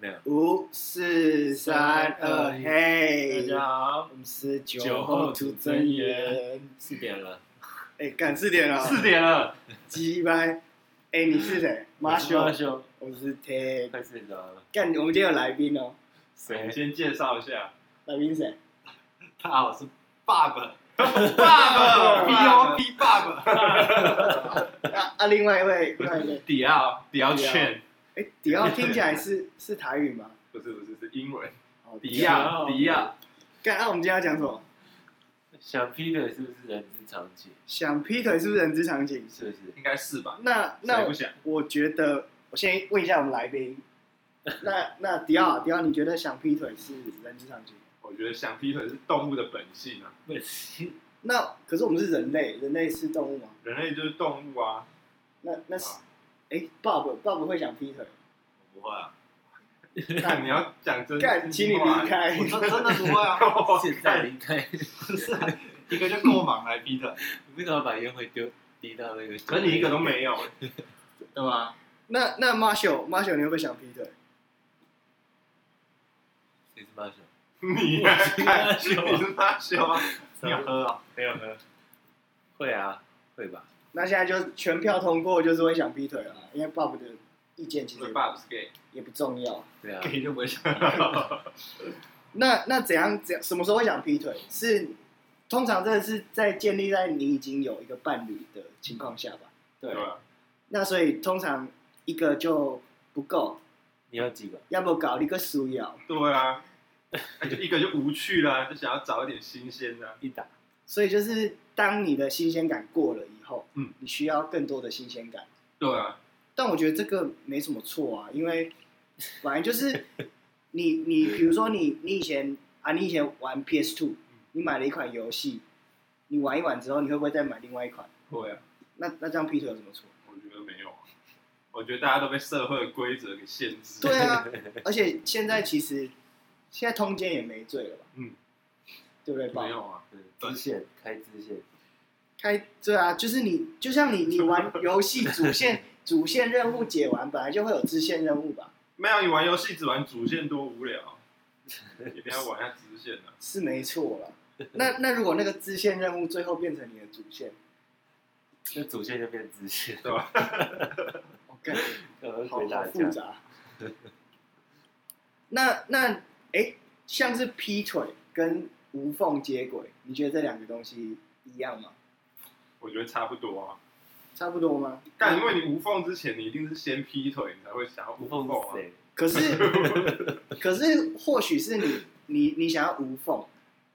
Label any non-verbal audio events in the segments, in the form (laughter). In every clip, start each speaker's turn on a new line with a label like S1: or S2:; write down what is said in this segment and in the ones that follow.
S1: 没有。
S2: 五四三二，嘿！
S1: 大家，好
S2: 我，们是
S1: 酒
S2: 酒
S1: 后
S2: 后
S1: 吐
S2: 吐
S1: 真
S2: 真
S1: 言
S2: 言。
S1: 四点了，
S2: 哎，赶四点了，
S1: 四点了，
S2: 鸡掰！哎，你是谁？马修，
S1: 马修，
S2: 我是 T。
S1: 快睡着了。
S2: 干，我们今天有来宾哦。
S1: 谁
S3: 我先介绍一下，
S2: 来宾谁？
S3: 大家好，我是 Bob，Bob
S2: Bob
S3: B O B Bob，
S2: 啊啊，另外一位，另外一位。
S3: 迪奥迪奥券，
S2: 哎，迪奥听起来是是台语吗？
S3: 不是不是是英文，
S2: 哦
S3: 迪亚迪亚，
S2: 干，啊那我们今天要讲什么？
S1: 想劈腿是不是人之常情？
S2: 想劈腿是不是人之常情？
S1: 是不是？
S3: 应该是吧？
S2: 那那
S3: 谁不想？
S2: 我觉得，我先问一下我们来
S3: (laughs)
S2: 宾。那那迪奥，迪奥，你觉得想劈腿是人之常情？
S3: 我觉得想劈腿是动物的本性啊，
S1: 不 (laughs) 是，
S2: 那可是我们是人类，人类是动物吗？
S3: 人类就是动物啊，
S2: 那那是
S3: 啊，
S2: 哎、爸 b o b Bob 会想
S3: (laughs)
S2: 劈腿，
S3: 我不会啊，
S2: 干
S3: 看 (laughs) 你要讲真
S2: 干，请你
S3: 心话
S2: 离，开。
S3: 我真真的不会啊，
S1: 现在离开，
S3: 不是啊一个就够忙来劈腿，
S1: 为什么把烟灰丢滴到那个？
S3: 可是你一个都没有，对吧？
S2: 那那 Marshall Marshall 你会不会想劈腿？
S1: 谁是马修？
S3: 你
S1: 我是马修啊
S3: 你是他修啊？你有喝啊？
S1: 没有没有。会啊，会吧？
S2: 那现在就全票通过，就是会想劈腿了，因为 Bob 的意见其
S3: 不
S2: 实
S3: 是 Bob 是 gay，
S2: 也不重要。
S1: 对啊，
S3: gay 就不会想。
S2: 那那怎样怎样什么时候会想劈腿？是通常这是在建立在你已经有一个伴侣的情况下吧？对
S3: 对吧？
S2: 那所以通常一个就不够，
S1: 你要几个？
S2: 要不搞一个输要。
S3: 对啊，那就一个就无趣啦，就想要找一点新鲜的。
S1: 一打
S2: 所以就是当你的新鲜感过了以后，
S3: 嗯，
S2: 你需要更多的新鲜感。
S3: 对啊，
S2: 但我觉得这个没什么错啊，因为反正就是你你比如说你你以前啊，你以前玩 PS Two，你买了一款游戏，你玩一玩之后，你会不会再买另外一款？
S3: 对啊，
S2: 那那这样劈腿有什么
S3: (laughs)
S2: 错？
S3: 我觉得没有啊，我觉得大家都被社会的规则给限制。
S2: 对啊，而且现在其实现在通奸也没罪了吧？
S3: 嗯，
S2: 对不对？
S3: 没
S2: 爸
S3: 有啊，
S1: 嗯支线开支线，
S2: 开对啊，就是你就像你你玩游戏主线主线任务解完，本来就会有支线任务吧？
S3: 没有你玩游戏只玩主线多无聊，一定要玩一下支线啊。
S2: 是没错
S3: (laughs)
S2: 了。那那如果那个支线任务最后变成你的主线，
S1: 那主线就变支线，
S2: 我感
S1: 然后
S2: 哦好
S1: 回
S2: 好
S1: 大
S2: 复
S1: 家。
S3: (laughs)
S2: 杂。那那哎、诶像是劈腿跟无缝接轨，你觉得这两个东西一样吗？
S3: 我觉得差不多啊，
S2: 差不多吗？
S3: 但因为你无缝之前，你一定是先劈腿，你才会想要
S1: 无
S3: 无
S1: 缝
S3: 缝
S1: 是
S3: 啊。
S1: 谁？
S2: 可
S1: (laughs)
S2: 是可是或许是你你你想要无缝，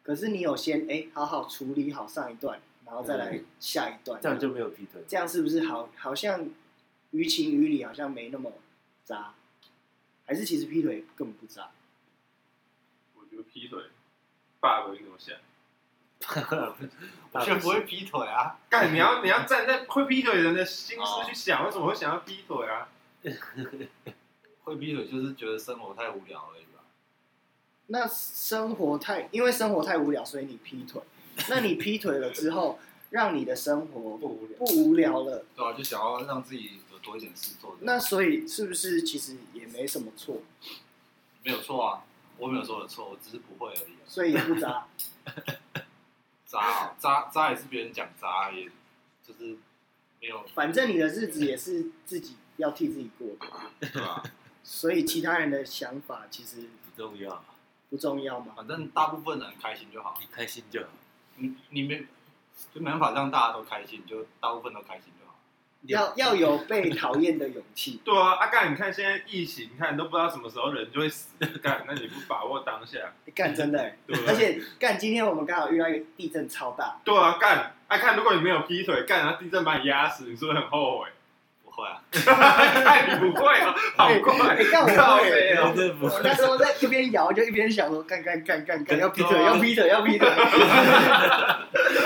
S2: 可是你有先哎、诶好好处理好上一段，然后再来
S1: 嗯
S2: 下一段，
S1: 这样就没有劈腿。
S2: 这样是不是好？好像于情于理，好像没那么渣，还是其实劈腿根本不渣？
S3: 我觉得劈腿，bug 你怎么想？
S1: 我觉得不会
S3: 劈腿啊！干，你要你要站在会劈腿的人的心思去想，为什么会想要劈腿啊？
S4: 会劈腿就是觉得生活太无聊而已吧。
S2: 那生活太，因为生活太无聊，所以你劈腿。那你劈腿了之
S1: (laughs)
S2: 后，让你的生活
S3: 不无聊。
S2: 不无聊了，
S4: 对啊，就想要让自己有多一点事做。
S2: 那所以是不是其实也没什么错，
S4: 没有错啊，我没有说我的错，我只是不会而已、啊。
S2: 所以也不渣？
S4: 渣啊渣渣也是别人讲渣，也就是没有
S2: 反正你的日子也是自己要替自己过的，
S4: 对啊吧、
S2: 所以其他人的想法其实
S1: 不重要，啊
S2: 不重要嘛。
S4: 反正大部分人开心就好。
S1: 你开心就好。
S4: 你你没就没办法让大家都开心，就大部分都开心就好。
S2: 要要有被讨厌的勇气。 (laughs)
S3: 对啊，阿、干，你看现在疫情，你看都不知道什么时候人就会死，干，那你不把握当下，
S2: 干真的欸、
S3: 对不
S2: 而
S3: 对？
S2: 且干今天我们刚好遇到一个地震超大，
S3: (laughs) 对啊，干，阿、干，如果你没有劈腿，干，然后地震把你压死，你是不是很后悔？ (laughs)
S4: 不会啊，
S3: 哎，你不会啊，好
S2: 哎
S3: 快，
S2: 干我
S3: 靠
S2: 会
S3: 背
S2: 欸，
S3: 哦
S1: 真的不
S2: 我
S1: (laughs) 会。
S2: 那时候在一边摇就一边想说，干干干干干，要劈腿
S3: (laughs) 对啊
S2: 要劈腿要劈
S3: (laughs)
S2: 腿，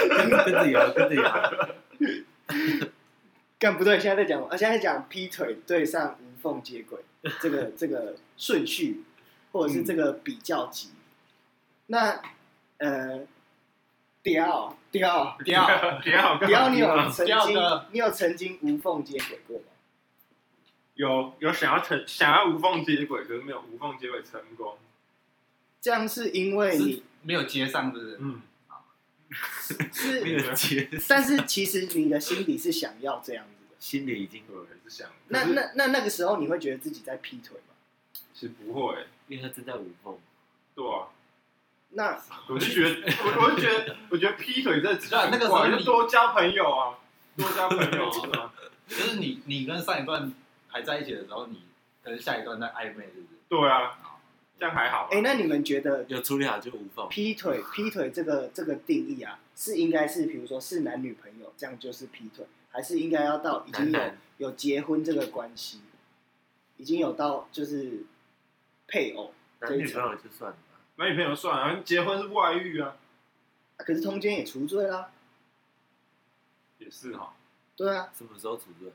S1: 跟着摇，跟着 (laughs) 摇。
S2: 干不对，现在在讲我，啊现在在讲劈腿对上无缝接
S3: (laughs)
S2: 轨这个这个顺序，或者是这个比较级。那呃，迪奥迪奥
S4: 第二
S2: (laughs)
S3: 你好，哦
S2: 迪奥，你有曾
S4: 迪奥
S2: 经
S4: 的
S2: 你有曾经无缝接轨过吗？
S3: 有有想要成想要无缝接轨，可是没有无缝接轨成功。
S2: 这样是因为你
S5: 没有接上，对不对？
S3: 嗯，
S1: (laughs) 那
S2: 是，
S3: 有
S1: 个接
S2: 但是其实你的心里是想要这样子的。
S1: 心里已经，
S3: 我还是想，
S2: 那
S3: 可是
S2: 那那那个时候你会觉得自己在劈腿吗？
S3: 其实不会，
S1: 因为他正在无缝，
S3: 对啊，
S2: 那
S1: 啊
S3: 我就觉得，我我就觉得，我觉得劈腿这奇怪
S5: 那个时候你
S3: 就多交朋友啊，多交朋友啊，对啊
S5: 就是你你跟上一段还在一起的时候，你跟下一段在暧昧，对不对？
S3: 对啊，这样还好吧。
S2: 哎、那你们觉得
S1: 有处理好就无缝。
S2: 劈腿劈腿这个这个定义啊，是应该是比如说是男女朋友这样就是劈腿，还是应该要到已经
S1: 男
S2: 有
S1: 男
S2: 有结婚这个关系，已经有到就是配偶
S1: 男女朋友就算了吧，
S3: 男女朋友算了，结婚是外遇啊，
S2: 啊可是通奸也除罪啦，
S3: 也是哈。
S2: 对啊，
S1: 什么时候处罪？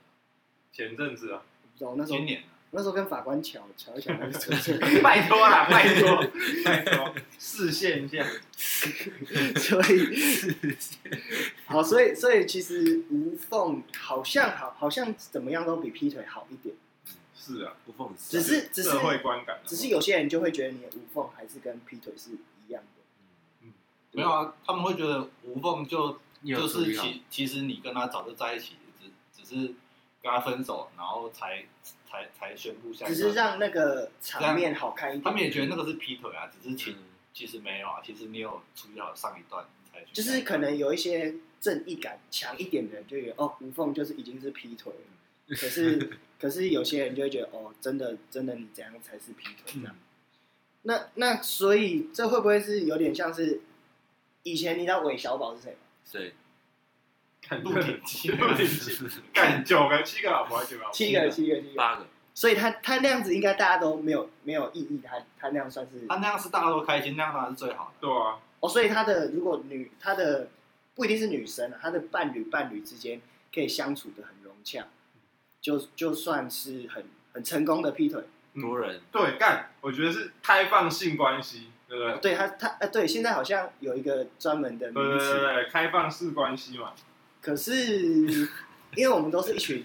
S3: 前阵子啊，
S2: 我不知道我那时候
S5: 今年
S2: 我那时候跟法官瞧瞧一瞧，那就除罪，
S3: 拜托啦，拜托，拜托，视线一下，
S2: (laughs) 所以好，所以所以其实无缝好像好好像怎么样都比劈腿好一点，
S3: 是啊，
S1: 无缝
S2: 只是只是
S3: 社会观感啊，
S2: 只是有些人就会觉得你的无缝还是跟劈腿是一样的。
S4: 没有啊，他们会觉得无缝就
S1: 你有
S4: 就
S1: 处理
S4: 是
S3: 啊
S1: 好，
S4: 其其实你跟他早就在一起，只只是跟他分手，然后才才才宣布下一
S2: 只
S4: 段。
S2: 是让那个场面好看一
S4: 他
S2: 点。
S4: 们也觉得那个是劈腿啊，只是其、
S1: 嗯
S4: 其实没有啊，其实你有处理好上一段你才去
S2: 就
S4: 下
S2: 是
S4: 一段
S2: 可能有一些正义感强一点的人就觉得哦，无缝就是已经是劈腿了。可 (laughs) 是可是有些人就会觉得哦，真的真的你怎样才是劈腿这样。那那所以这会不会是有点像是以前你知道韦小宝是谁吗？
S1: 对，
S3: 看
S4: 鹿鼎
S3: (laughs)
S4: 记
S3: 鹿鼎
S4: 啊
S3: 记，干九个七个老婆还是九个老婆，
S2: 七个人七个人七个人，
S1: 八个
S2: 所以他他那样子应该大家都没有没有异议，他他那样算是
S4: 他那样是大家都开心，那样当然是最好
S3: 对
S4: 的。
S3: 啊，
S2: 哦，所以他的如果女他的不一定是女生啊，他的伴侣伴侣之间可以相处的很融洽，就就算是很很成功的劈腿。
S3: 嗯
S1: 多人，
S3: 对，干，我觉得是开放性关系，对不
S2: 对
S3: 对？
S2: 他他呃对，现在好像有一个专门的
S3: 对对
S2: 名
S3: 对
S2: 词，
S3: 对，开放式关系嘛，
S2: 可是因为我们都是一群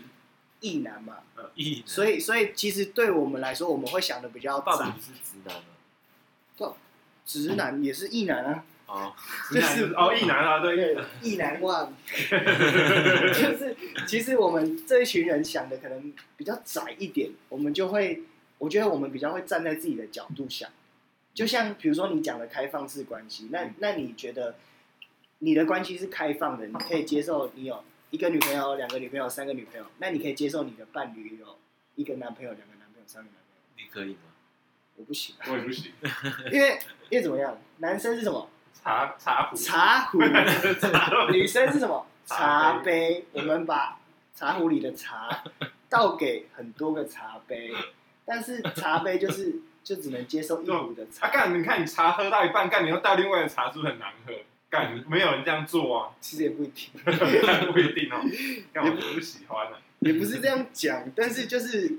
S2: 异男嘛，
S1: 一男
S2: 所以所以其实对我们来说，我们会想的比较
S1: 爸
S2: 窄
S1: 不。是直男吗？
S2: 直男也是异男啊，
S1: 哦，
S2: 就
S3: 直
S2: 是
S3: 男哦，一男啊，对，
S2: 对异男哇，就是其实我们这一群人想的可能比较窄一点，我们就会，我觉得我们比较会站在自己的角度想，就像比如说你讲的开放式关系，那那你觉得你的关系是开放的，你可以接受你有一个女朋友、两个女朋友、三个女朋友，那你可以接受你的伴侣有一个男朋友、两个男朋友、三个男朋友，
S1: 你可以吗？
S2: 我不行，啊
S3: 我也不行，
S2: 因为因为怎么样，男生是什么？
S3: 茶茶壶，
S2: 茶壶， (laughs) 女生是什么？茶
S3: 茶杯
S2: 杯。我们把茶壶里的茶 (laughs) 倒给很多个茶杯，但是茶杯 (laughs) 就是就只能接受一壶
S1: (laughs)
S2: 的
S3: 啊
S2: 茶，
S3: 干，你看你茶喝到一半，干你又倒另外的茶，是不是很难喝？干，
S1: 嗯
S3: 没有人这样做
S1: (laughs)
S3: 啊，
S2: 其实也不一定，
S3: 不一定哦，干我不喜欢啊。
S2: 也不是这样讲，但是就是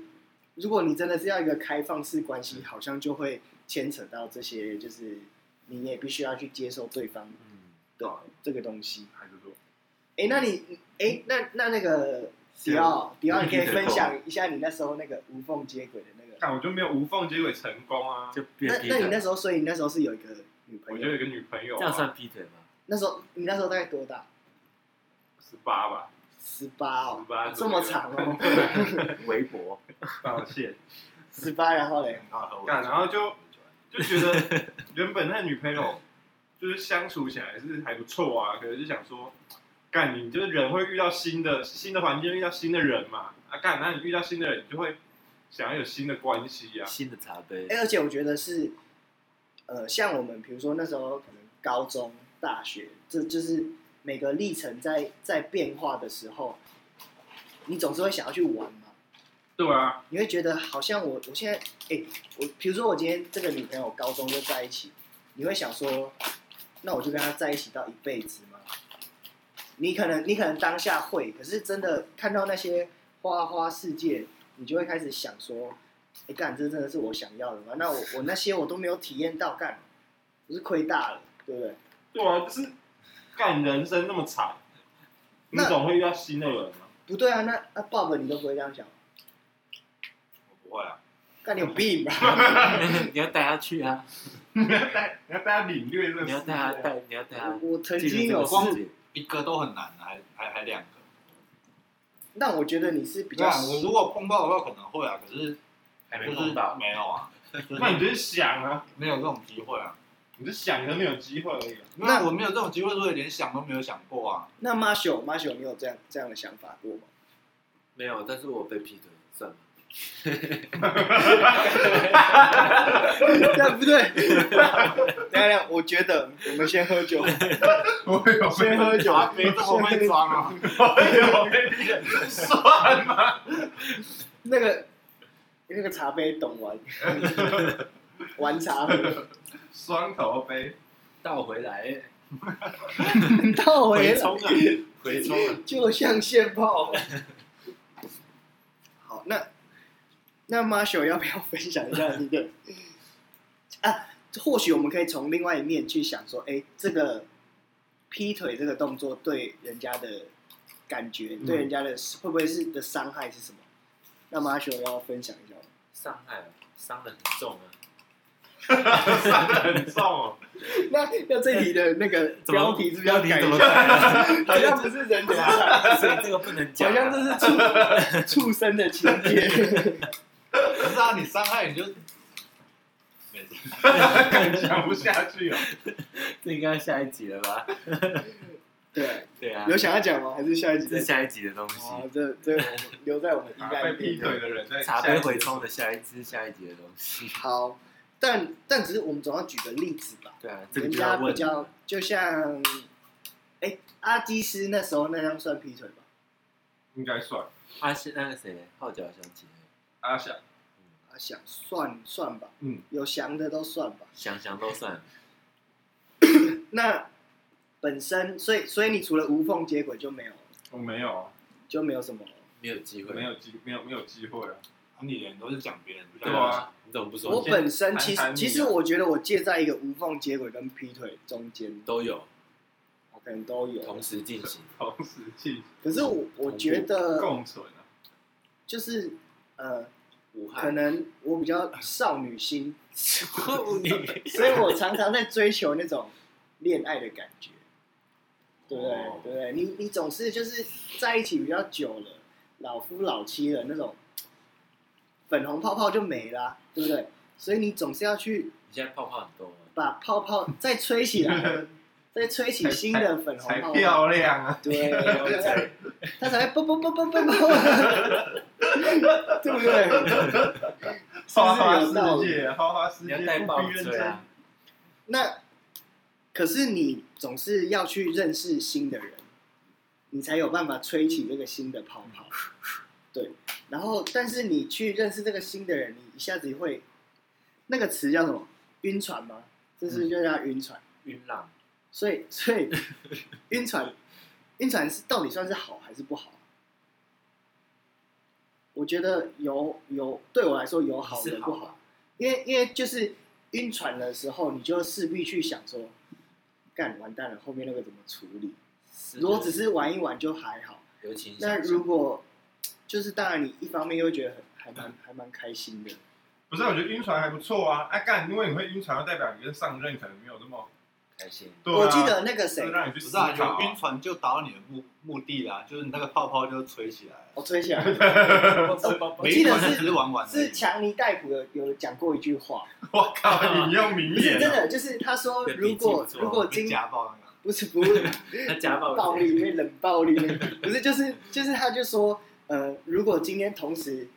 S2: 如果你真的是要一个开放式关系，好像就会牵扯到这些，就是你也必须要去接受对方
S1: 嗯，
S2: 的这个东西。
S3: 还是说，
S2: 哎、那你哎、那那那个迪奥，迪奥，你可以分享一下你那时候那个无缝接轨的那个。
S3: 干我就没有无缝接轨成功啊，
S1: 就
S2: 那
S1: 变劈
S2: 那你那
S1: 腿，
S2: 时候，所以你那时候是有一个女
S3: 我
S2: 朋
S3: 就有
S2: 友
S3: 一。个女朋友
S1: 这样
S3: 啊，
S1: 算劈腿吗？
S2: 那时候你那时候大概多大？
S3: 十八吧，
S2: 十八哦，
S3: 18
S2: 这么长哦，
S1: 微博，
S3: 抱歉，
S2: 十八。然后嘞，
S4: 然后
S3: 干，然后就就觉得原本那女朋友就是相处起来是还不错啊，可是就想说，干你就是人会遇到新的新的环境，遇到新的人嘛，啊干，那你遇到新的人，你就会想要有新的关系啊，
S1: 新的茶杯
S2: 哎、，而且我觉得是，呃，像我们比如说那时候可能高中、大学，这就是每个历程在在变化的时候，你总是会想要去玩嘛。
S3: 对啊，
S2: 你会觉得好像我我现在哎、我比如说我今天这个女朋友高中就在一起，你会想说，那我就跟她在一起到一辈子吗？你可能你可能当下会，可是真的看到那些花花世界，你就会开始想说，哎、干这真的是我想要的吗？那我我那些我都没有体验到，干我是亏大了，对不对？
S3: 对啊，就是干人生那么长，你
S2: 那
S3: 总会遇到新的人啊。
S2: 不对啊，那那 Bob 你都不会这样想，
S4: 不会啊，
S2: 干你有病吧？
S1: (laughs) 你要带他去啊，
S3: (laughs) 你要带你要带他领略这个世
S1: 你
S3: 界，啊
S1: 要带他带，你要带他
S2: 我曾
S1: 进
S2: 经
S1: 啊入这
S2: 有
S1: 个世
S2: 试，
S1: 界。
S4: 一个都很难，啊还还还两个。
S2: 但我觉得你是比
S4: 对
S2: 较
S4: 啊，我如果碰到的话可能会啊，可是
S1: 还
S4: 就
S1: 没
S4: 是
S1: 碰到，
S4: 没有啊，就是
S3: 那你就是想啊，
S4: 没有这种机会啊。
S3: 你是想可能没有机会而已啊。
S4: 那我没有这种机会，所以连想都没有想过啊。
S2: 那 Marshall Marshall，你有这样这样的想法过吗？ (laughs)
S1: 没有，但是我被劈腿，算了。
S2: 对不对？ (laughs) 等一下等一下，我觉得我们先喝酒，
S3: 我有
S2: (laughs) 先喝酒，
S4: 啊，没这么会装啊！
S3: 我有被逼的，算了。
S2: 那个那个茶杯懂玩， (laughs) 玩茶 (laughs) 喝
S3: 双头杯，
S1: 倒回来，
S2: 倒回
S1: 回
S2: 来
S1: 冲啊，回冲啊！
S2: 就像线炮。 (laughs) 好，那那 Marshall 要不要分享一下你的啊？或许我们可以从另外一面去想说，哎、这个劈腿这个动作对人家的感觉，
S1: 嗯
S2: 对人家的会不会是的伤害是什么？那 Marshall 要分享一下吗。
S1: 伤害啊伤的很重啊，
S3: 伤的很重哦。
S2: 那那这里的那个
S1: (laughs) 怎么
S2: 标题是不是要
S1: 标
S2: 改
S1: 题怎
S2: 一
S1: 么
S2: 下？
S1: 改啊？
S2: (laughs) 好像不是人家，
S1: 所以这个不能讲
S2: 好
S1: 啊，
S2: 像这
S1: (laughs)
S2: 是畜畜生的情
S1: (laughs)
S2: 节。
S4: 可是啊，你伤害你就没事。
S3: 讲不下去哦了。
S1: 这应该下一集了吧？
S2: 对，
S1: 对啊，
S2: 有想要讲吗？还是下一集
S1: 这
S2: 再
S1: 是
S2: 讲？
S1: 下一集的东西，
S2: 啊，这这我们留在我们应
S3: (laughs) 啊
S2: 该
S3: 被劈腿。的人在
S1: 茶杯回冲的下一次下一集的东西。
S2: 好，但但只是我们总要举个例子吧。
S1: 对啊，这个
S2: 人
S1: 就
S2: 家
S1: 要
S2: 比
S1: 问了，
S2: 较就像，哎，阿基斯那时候那样算劈腿吧？
S3: 应该算
S1: 阿是那个谁，号角响起，
S3: 阿翔，
S1: 嗯
S2: 啊，想算算吧，
S3: 嗯，
S2: 有想的都算吧。
S1: 想想都算了，
S2: 那本身，所以所以你除了无缝接轨就没有，
S3: 我没有，啊
S2: 就没有什么。
S1: 没有机会，
S3: 没有机，没有没有机会啊。
S4: 你连都是讲别人，不
S1: 对
S4: 讲
S3: 对啊
S1: 啊，你怎么不
S2: 我
S1: 说？
S2: 本身其
S3: 谈谈
S2: 实
S3: 你
S2: 其
S3: 啊
S2: 实我觉得我介在一个无缝接轨跟劈腿中间，
S1: 都有
S2: 我可能都有
S1: 同。时进行，
S3: 同时进
S2: 可是我我觉得
S3: 共存啊，
S2: 就是呃，
S1: 武
S2: 可
S1: 汉，
S2: 能我比较少女心，
S1: 你
S2: (laughs) 所以我常常在追求那种恋爱的感觉，对不对？
S4: 哦
S2: 对不对？你你总是就是在一起比较久了，老夫老妻了那种粉红泡泡就没啦、对不对？所以你总是要去
S1: 你现在泡泡很多吗？啊
S2: 把泡泡再吹起
S3: (laughs)
S2: 来，再吹起新的粉红
S3: 才
S2: 泡泡。
S3: 漂亮啊。
S2: 对，他才会啵啵啵啵啵 (laughs)
S3: (laughs)
S2: 啵，对不对？是
S3: 花
S2: 不
S3: 花
S2: 是有道
S3: 世
S2: 理？
S3: 界，花花世
S1: 你
S3: 界
S1: 要带
S3: 不
S1: 爆
S3: 逼认
S1: 追
S3: 真
S1: 啊，！
S2: 那可是你总是要去认识新的人，你才有办法吹起这个新的泡泡。对，然后但是你去认识这个新的人，你一下子会那个词叫什么？晕船吗？这是不是就叫晕船。
S1: 晕浪，
S2: 所以 (laughs) 所以晕船，晕船是到底算是好还是不好？我觉得有有对我来说有好
S1: 是
S2: 有不
S1: 好
S2: 好，因为因为就是晕船的时候，你就势必去想说，干完蛋了，后面那个怎么处理？如果只是玩一玩就还好，
S1: 有情
S2: 那
S1: 想
S2: 如果就是当然你一方面又觉得很还蛮还蛮开心的，
S3: 不是，我觉得晕船还不错啊。啊干，因为你会晕船，代表你跟上任可能没有那么
S1: 开心，
S3: 对啊。
S2: 我记得那个
S3: 就是
S2: 谁，
S3: 让你去
S4: 不
S3: 思
S4: 是啊，
S3: 考
S4: 有
S3: 啊
S4: 晕船就达到你的目目的啦，就是你那个泡泡就吹起来了。
S2: 我吹起
S3: (laughs)
S2: 来了， (laughs) 我
S4: 没
S2: 记得
S4: 晕船就只
S2: 是
S4: 是玩玩而已
S2: 是强尼戴普有有讲过一句话，
S3: 我靠，引用名
S2: 不是 (laughs)
S3: 言
S2: 真
S3: 啊，
S2: 的，就是他说，
S1: 对
S2: 如
S1: 笔记
S2: 果
S1: 不错
S2: 如果
S4: 被
S2: 今
S4: 家暴那个。
S2: 不是不是
S1: (laughs) 那家暴
S2: 暴力，因为冷暴力，不是就是就是他就说，呃，如果今天同时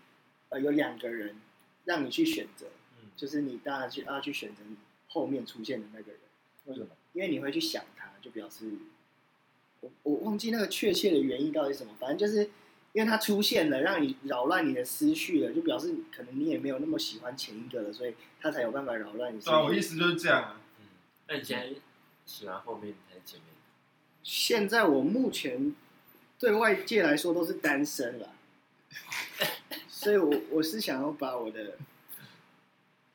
S2: 呃有两个人让你去选择，
S1: 嗯
S2: 就是你当然去要去选择你后面出现的那个人，为什么？因为你会去想他，就表示我我忘记那个确切的原因到底是什么，反正就是。因为他出现了，让你扰乱你的思绪了，就表示可能你也没有那么喜欢前一个了，所以他才有办法扰乱你思绪。
S3: 对啊，我意思就是这样啊。
S1: 嗯，那你现在喜欢后面还是前面？
S2: 现在我目前对外界来说都是单身了，所以我我是想要把我的，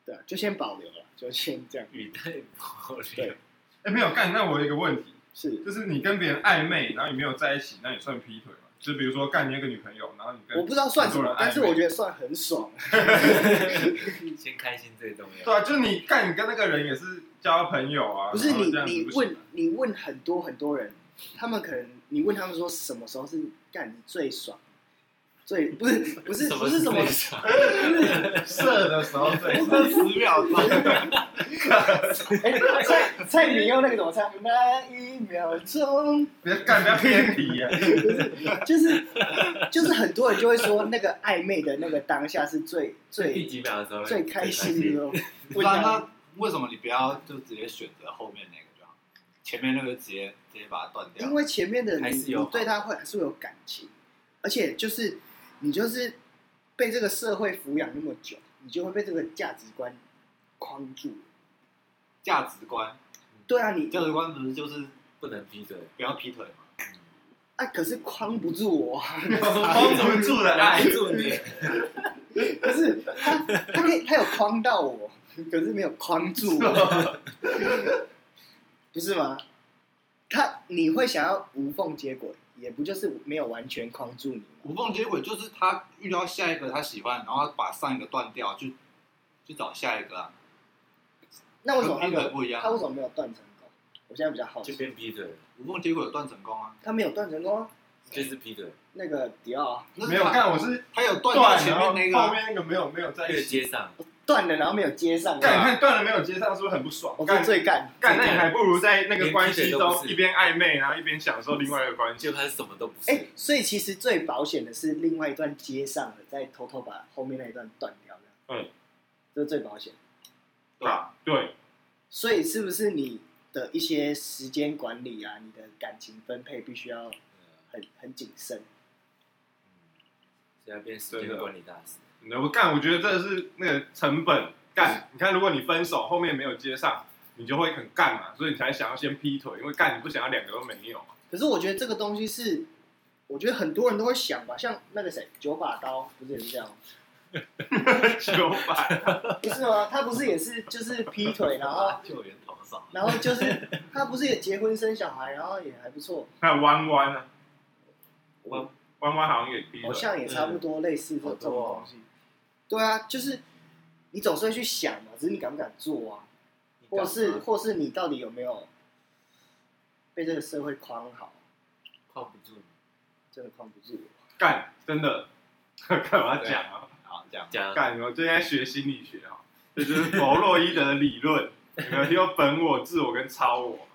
S2: 对啊，就先保留了，就先这样。
S1: 语带保留
S2: 对，
S3: 哎，没有干，那我有一个问题，
S2: 是
S3: 就是你跟别人暧昧，然后你没有在一起，那也算劈腿吗？就比如说干你一个女朋友，然后你
S2: 我
S3: 跟
S2: 不知道算什
S3: 很多
S2: 么
S3: 人，
S2: 但是
S3: 暧昧
S2: 我觉得算很爽。
S1: 先开心最重
S3: 对
S1: 要。
S3: 啊，就是你干你跟那个人也是交朋友啊，
S2: 不是
S3: 然后
S2: 你
S3: 这样子
S2: 你
S3: 不行
S2: 问
S3: 啊
S2: 你问很多很多人，他们可能你问他们说什么时候是干你最爽，最不是不
S3: (laughs)
S2: 是不是什么
S5: 射的时候最
S3: (laughs)
S5: 爽
S4: 十秒钟，
S2: 哎蔡蔡明用那个怎么唱？那一秒钟，
S3: 别干不要偏题啊，
S2: 就是就是很多人就会说那个暧昧的那个当下是最
S1: 第
S2: 最
S1: 几秒的时候
S2: 最开心的时候。
S4: 不然那为什么你不要就直接选择后面那个就好？前面那个直接直接把它断掉
S2: 因。为前面的
S1: 还
S2: 你
S1: 是有
S2: 你对他会还是会有感情，而且就是你就是被这个社会抚养那么久，你就会被这个价值观框住。
S4: 价值观，
S2: 对啊，你
S4: 价值观不是就是
S1: 不能劈腿，
S4: 不要劈腿吗？
S2: 啊，可是框不住我、啊，
S3: 包不住的啦
S1: 来住
S4: (laughs)
S1: 你，
S2: (laughs) 可是他他可以他有框到我，可是没有框住我，不是吗？他你会想要无缝接轨，也不就是没有完全框住你吗？
S4: 无缝接轨就是他遇到下一个他喜欢，然后把上一个断掉，就去找下一个啊。
S2: 那为什么他没
S4: 跟劈腿不一
S2: 有
S4: 样啊
S2: 他为什么没有断成功？我现在比较好
S1: 就
S2: 奇，
S1: 变劈腿，
S4: 无缝接轨有断成功啊，
S2: 他没有断成功啊。
S1: 就是劈腿，
S2: 那个迪奥啊
S4: 那是
S3: 没有
S4: 他
S3: 干我是
S4: 他有断掉
S3: 断，
S4: 前
S3: 然后
S4: 面那个
S3: 后
S4: 啊，
S3: 面那个没有没有在
S1: 越
S3: 一起，
S1: 接上，
S2: 断了，然后没有接上，啊
S3: 干你看断了没有接上，是不是很不爽？
S2: 我
S3: 干
S2: 是最干，
S3: 干，那你还不如在那个关系
S1: 连劈腿都
S3: 中
S1: 不是
S3: 一边暧昧，然后一边享受另外一个关系。
S1: 就他什么都不
S2: 哎、
S1: 是，
S2: 所以其实最保险的是另外一段接上了，再偷偷把后面那一段断掉这样
S3: 嗯，
S2: 这是最保险。
S4: 对吧？
S3: 对，
S2: 所以是不是你的一些时间管理啊，你的感情分配必须要
S1: 嗯
S2: 很很谨慎？
S1: 现在变时间管理大师，
S3: 嗯我干，我觉得这是那个成本干。你看，如果你分手后面没有接上，你就会很干嘛，所以你才想要先劈腿，因为干你不想要两个都没有。 (laughs)
S2: 可是我觉得这个东西是，我觉得很多人都会想吧，像那个谁九把刀不是也是这样吗？
S3: 九百， (laughs)
S2: 不是吗？他不是也是就是劈腿，然后
S4: 救援投手，
S2: 然后就是他不是也结婚生小孩，然后也还不错。
S3: 还有弯弯啊，
S1: 弯
S3: 弯弯好像也劈
S2: 好
S3: 腿。
S2: 像也差不多类似这
S1: 好
S2: 这种
S1: 多哦
S2: 东西。对啊，就是你总是会去想嘛，只是你敢不敢做啊，或者是或是你到底有没有被这个社会框好，
S1: 框不住你，
S2: 真的框不住我。
S3: 干，真的， (laughs) 干嘛讲啊？
S4: 好这样。
S1: 讲
S3: 干，我最近在学心理学啊，这就是弗洛伊德理论，有没有听过本我、自我跟超我？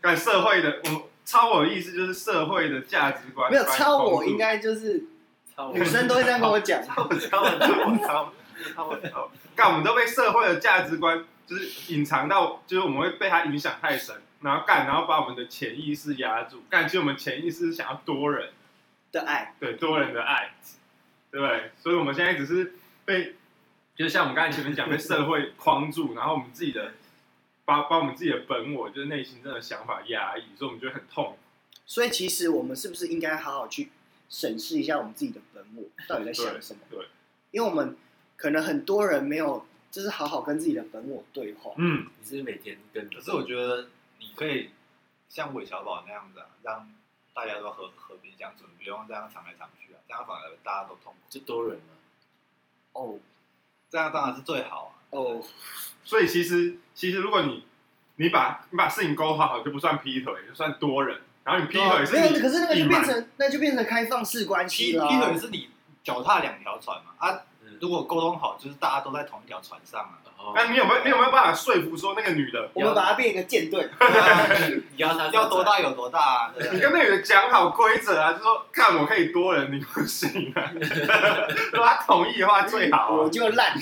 S3: 干社会的，我超我的意思就是社会的价值观。
S2: 没有超我，应该就是
S1: 超
S2: 女生都会这样跟我讲。
S3: 超我超我超我超我超我超我，干我们都被社会的价值观就是隐藏到，就是我们会被它影响太深，然后干，然后把我们的潜意识压住。干，其实我们潜意识是想要多人。
S2: 的爱，
S3: 对多人的爱，对不对？所以我们现在只是被，就像我们刚才前面讲，被社会框住，然后我们自己的把把我们自己的本我，就是内心真的想法压抑，所以我们就很痛。
S2: 所以其实我们是不是应该好好去审视一下我们自己的本我到底在想什么？
S3: 对对
S2: 因为我们可能很多人没有，就是好好跟自己的本我对话。
S3: 嗯，
S1: 你是每天跟，
S4: 可是我觉得你可以像韦小宝那样子、啊，让大家都和和平相处，不用这样抢来抢去啊，这样反而大家都痛苦，
S1: 就多人嘛，
S2: 哦
S4: 这样当然是最好啊。
S2: 哦，
S3: 所以其实其实如果你你把你把事情勾画好，就不算劈腿，就算多人。然后你劈腿是
S2: 啊没有，
S3: 你
S2: 可是那个
S3: 隐
S2: 就变
S3: 瞒
S2: 成那就变成开放式关
S4: 劈
S2: 系了啊、
S4: 劈腿是你脚踏两条船嘛，啊，
S1: 嗯，
S4: 如果沟通好，就是大家都在同一条船上
S2: (laughs)
S4: 啊。
S1: 然后
S3: 那你哎有没有你有没有办法说服说那个女的？
S2: 我们把它变一个舰队，
S1: 你要 (laughs) 他
S4: 要多？大有多大啊！对不
S3: 你
S4: 对
S3: 跟那女的讲好规则啊，就说看我可以多人，你不行啊。 (laughs) 如果她同意的话 (laughs) 最好、啊。
S2: 我就烂。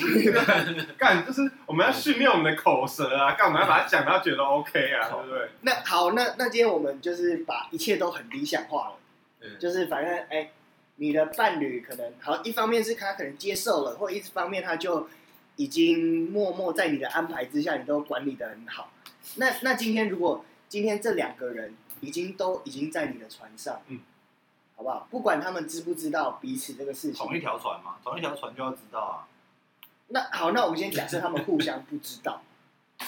S2: (laughs)
S3: 干就是我们要训练我们的口舌啊，干我们要把它讲到觉得 OK 啊，对不对？
S2: 那好，那那今天我们就是把一切都很理想化了，
S1: 嗯
S2: 就是反正哎、你的伴侣可能好，一方面是他可能接受了，或一方面他就已经默默在你的安排之下，你都管理的很好。那那今天如果今天这两个人已经都已经在你的船上，
S3: 嗯，
S2: 好不好？不管他们知不知道彼此这个事情，
S4: (laughs) 同一条船嘛，同一条船就要知道啊。
S2: 那好，那我们先假设他们互相不知道，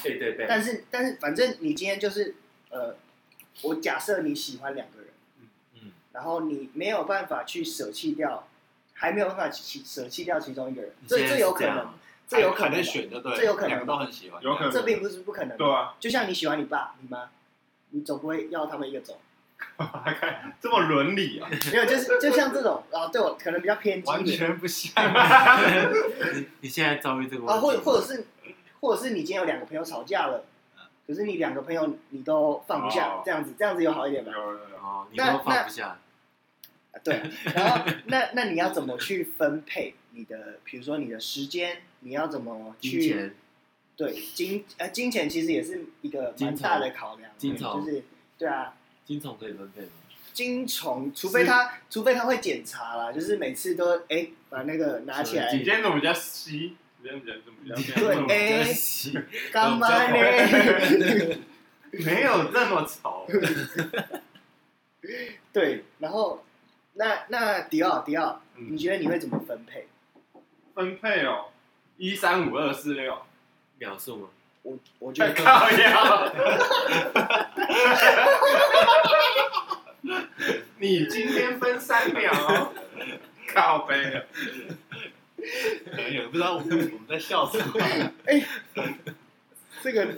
S1: 对对对，
S2: 但是但是反正你今天就是呃，我假设你喜欢两个人，
S1: 嗯，
S2: 然后你没有办法去舍弃掉，还没有办法去舍弃掉其中一个人，
S1: 你
S2: 这
S1: 现在
S2: 这
S1: 是
S2: 有可
S1: 样
S2: 能，这有可
S4: 还
S2: 能
S4: 在
S2: 的，
S4: 选就对了，
S2: 这有可能
S4: 两个都很喜欢，
S3: 有可
S4: (laughs)
S3: 能
S2: 这并不是不可能的。
S3: 对啊， (laughs)
S2: 就像你喜欢你爸你妈，你总不会要他们一个走，
S3: 还看这么伦理啊，
S2: (laughs) 没有，就是就像这种啊，对我可能比较偏激
S4: 完
S2: 一点
S4: 全不像。
S1: 啊 (laughs) 你你现在遭遇这个
S2: 啊，或
S1: 问题，
S2: 或者是或者是你今天有两个朋友吵架了，可是你两个朋友你都放不下
S3: 哦，
S2: 这样子这样子有好一点吧
S3: 有？有有，
S1: 哦，你都
S2: 那
S1: 放不下，
S2: (laughs) 对，然后
S1: (laughs)
S2: 那那你要怎么去分配你的，比如说你的时间，你要怎么
S1: 金
S2: 去
S1: 钱
S2: 对金呃金钱其实也是一个蛮
S1: 金
S2: 大
S1: 虫
S2: 的考量，
S1: 金
S2: 就
S1: 虫
S2: 是对啊，
S1: 金虫可以分配吗？
S2: 金虫，除非他除非他会检查啦，就是每次都哎把那个拿起
S1: 手
S3: 你
S2: 来
S1: 机，
S3: 今天怎么比较稀？你今天怎么比较怎么比较
S2: 对哎
S1: 真是 (laughs)
S2: 干嘛呢？
S3: 没有那么吵，
S2: (laughs) 对，然后那那迪奥迪奥，
S3: 嗯
S2: 你觉得你会怎么分配？
S3: 分配哦，一三五二四六，
S1: 秒数吗？
S2: 我我觉
S1: 哎
S3: 太
S2: 得
S3: 靠腰。你今天分三秒哦，靠背了。
S4: 可能有人不知道我们我们在笑什么，
S2: 这个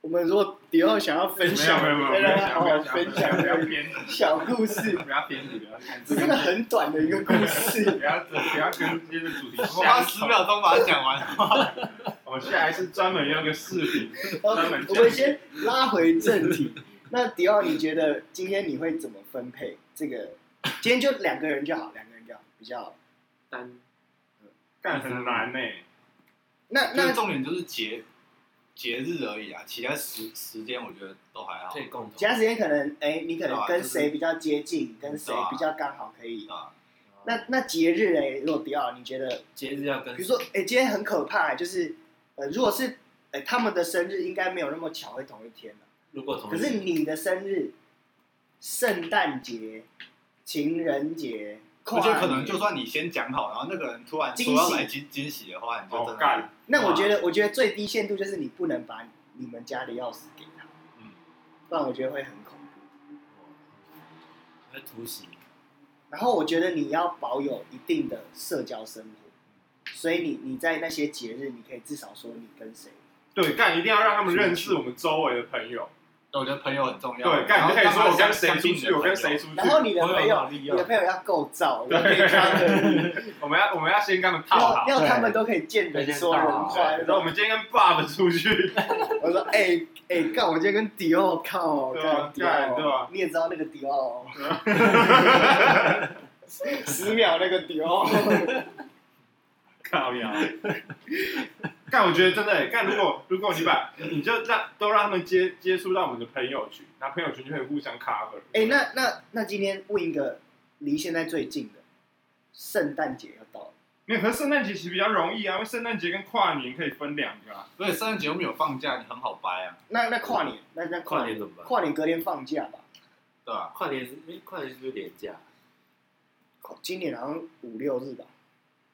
S2: 我们如果迪奥想要分
S3: 没有
S2: 享，
S3: 没有没有，
S2: 再
S3: 不要
S2: 让他好
S3: 想不
S2: 好
S3: 要想
S2: 分
S3: 不要
S2: 享
S3: 偏题，
S2: 小故事。
S4: (laughs)
S3: 不要偏题，不要看
S2: 这
S3: 这
S2: 真
S3: 个
S2: 的很短的一个故事。
S3: 不要不要跟今天的主题
S4: (laughs) 我花
S3: 相
S4: 十
S3: 冲。
S4: 秒钟把它讲完。
S3: 我们下一次专门用个视频，
S2: 好
S3: 专门
S2: 我们先拉回正题。那迪奥，你觉得今天你会怎么分配这个？今天就两个人就好，两个人就好，比较好。
S1: 单
S3: 干很难呢。
S2: 那
S4: (laughs) 那
S2: 那
S4: 重点就是节节日而已啊，其他时时间我觉得都还好
S1: 可，以共同
S2: 其他时间可能，哎，你可
S4: 对
S2: 能
S4: 啊
S2: 跟
S4: 就是
S2: 谁比较接近，跟谁
S4: 对啊
S2: 比较刚好可以。
S4: 啊，
S2: 那那节日哎，如果迪奥，你觉得
S1: 节日要跟
S2: 比如说，哎、今天很可怕、就是，呃，如果是，哎、他们的生日应该没有那么巧会同一天啊
S1: 如果同
S2: 可是你的生日、圣诞节、情人节、跨
S4: 我觉得可能
S2: 年
S4: 就算你先讲好，然后那个人突然说要来惊惊喜哦的话，你就
S3: 好
S4: 真
S3: 干
S4: 的，
S2: 那我觉得，我觉得最低限度就是你不能把你们家的钥匙给他，
S3: 嗯
S2: 不然我觉得会很恐怖。
S1: 会突袭，
S2: 然后我觉得你要保有一定的社交生活，所以你你在那些节日，你可以至少说你跟谁。
S3: 对，干一定要让他们认识我们周围的朋友。
S4: 我觉得朋友很重要。
S3: 对，干你就可以说我跟谁出去，
S4: 去，
S3: 我跟谁出去。
S2: 然后你的
S1: 我有
S2: 朋友，
S1: 能力
S2: 你
S1: 要
S2: 的朋友要够燥，你可以 cover
S3: 我们要我们要先跟他们套
S2: 要
S3: 好。
S2: 要他们都可以见人说人话。
S3: 对，然后我们今天跟 Bob 出去，
S2: 我说，哎哎，干！我今天跟迪奥靠，
S3: 对
S2: 干
S3: 啊
S2: 迪奥，
S3: 干对啊
S2: 你也知道那个迪
S3: (laughs)
S2: 奥，十秒那个迪
S3: (laughs)
S2: 奥，
S3: 靠呀！干，我觉得真的耶干，如果如果你把你就让都让他们接接触到我们的朋友群，那朋友群就可以互相 cover。
S2: 哎，那那那今天问一个离现在最近的，圣诞节要到了，
S3: 没有，可是圣诞节其实比较容易啊，因为圣诞节跟跨年可以分两个啊。
S4: 所以圣诞节我们有放假，你很好掰啊，
S2: 那那跨年，那那
S1: 跨
S2: 跨
S1: 年怎么办？
S2: 跨年隔天放假吧，
S4: 对啊吧？
S1: 跨年是跨年是不是连假？
S2: 今年好像五六日吧，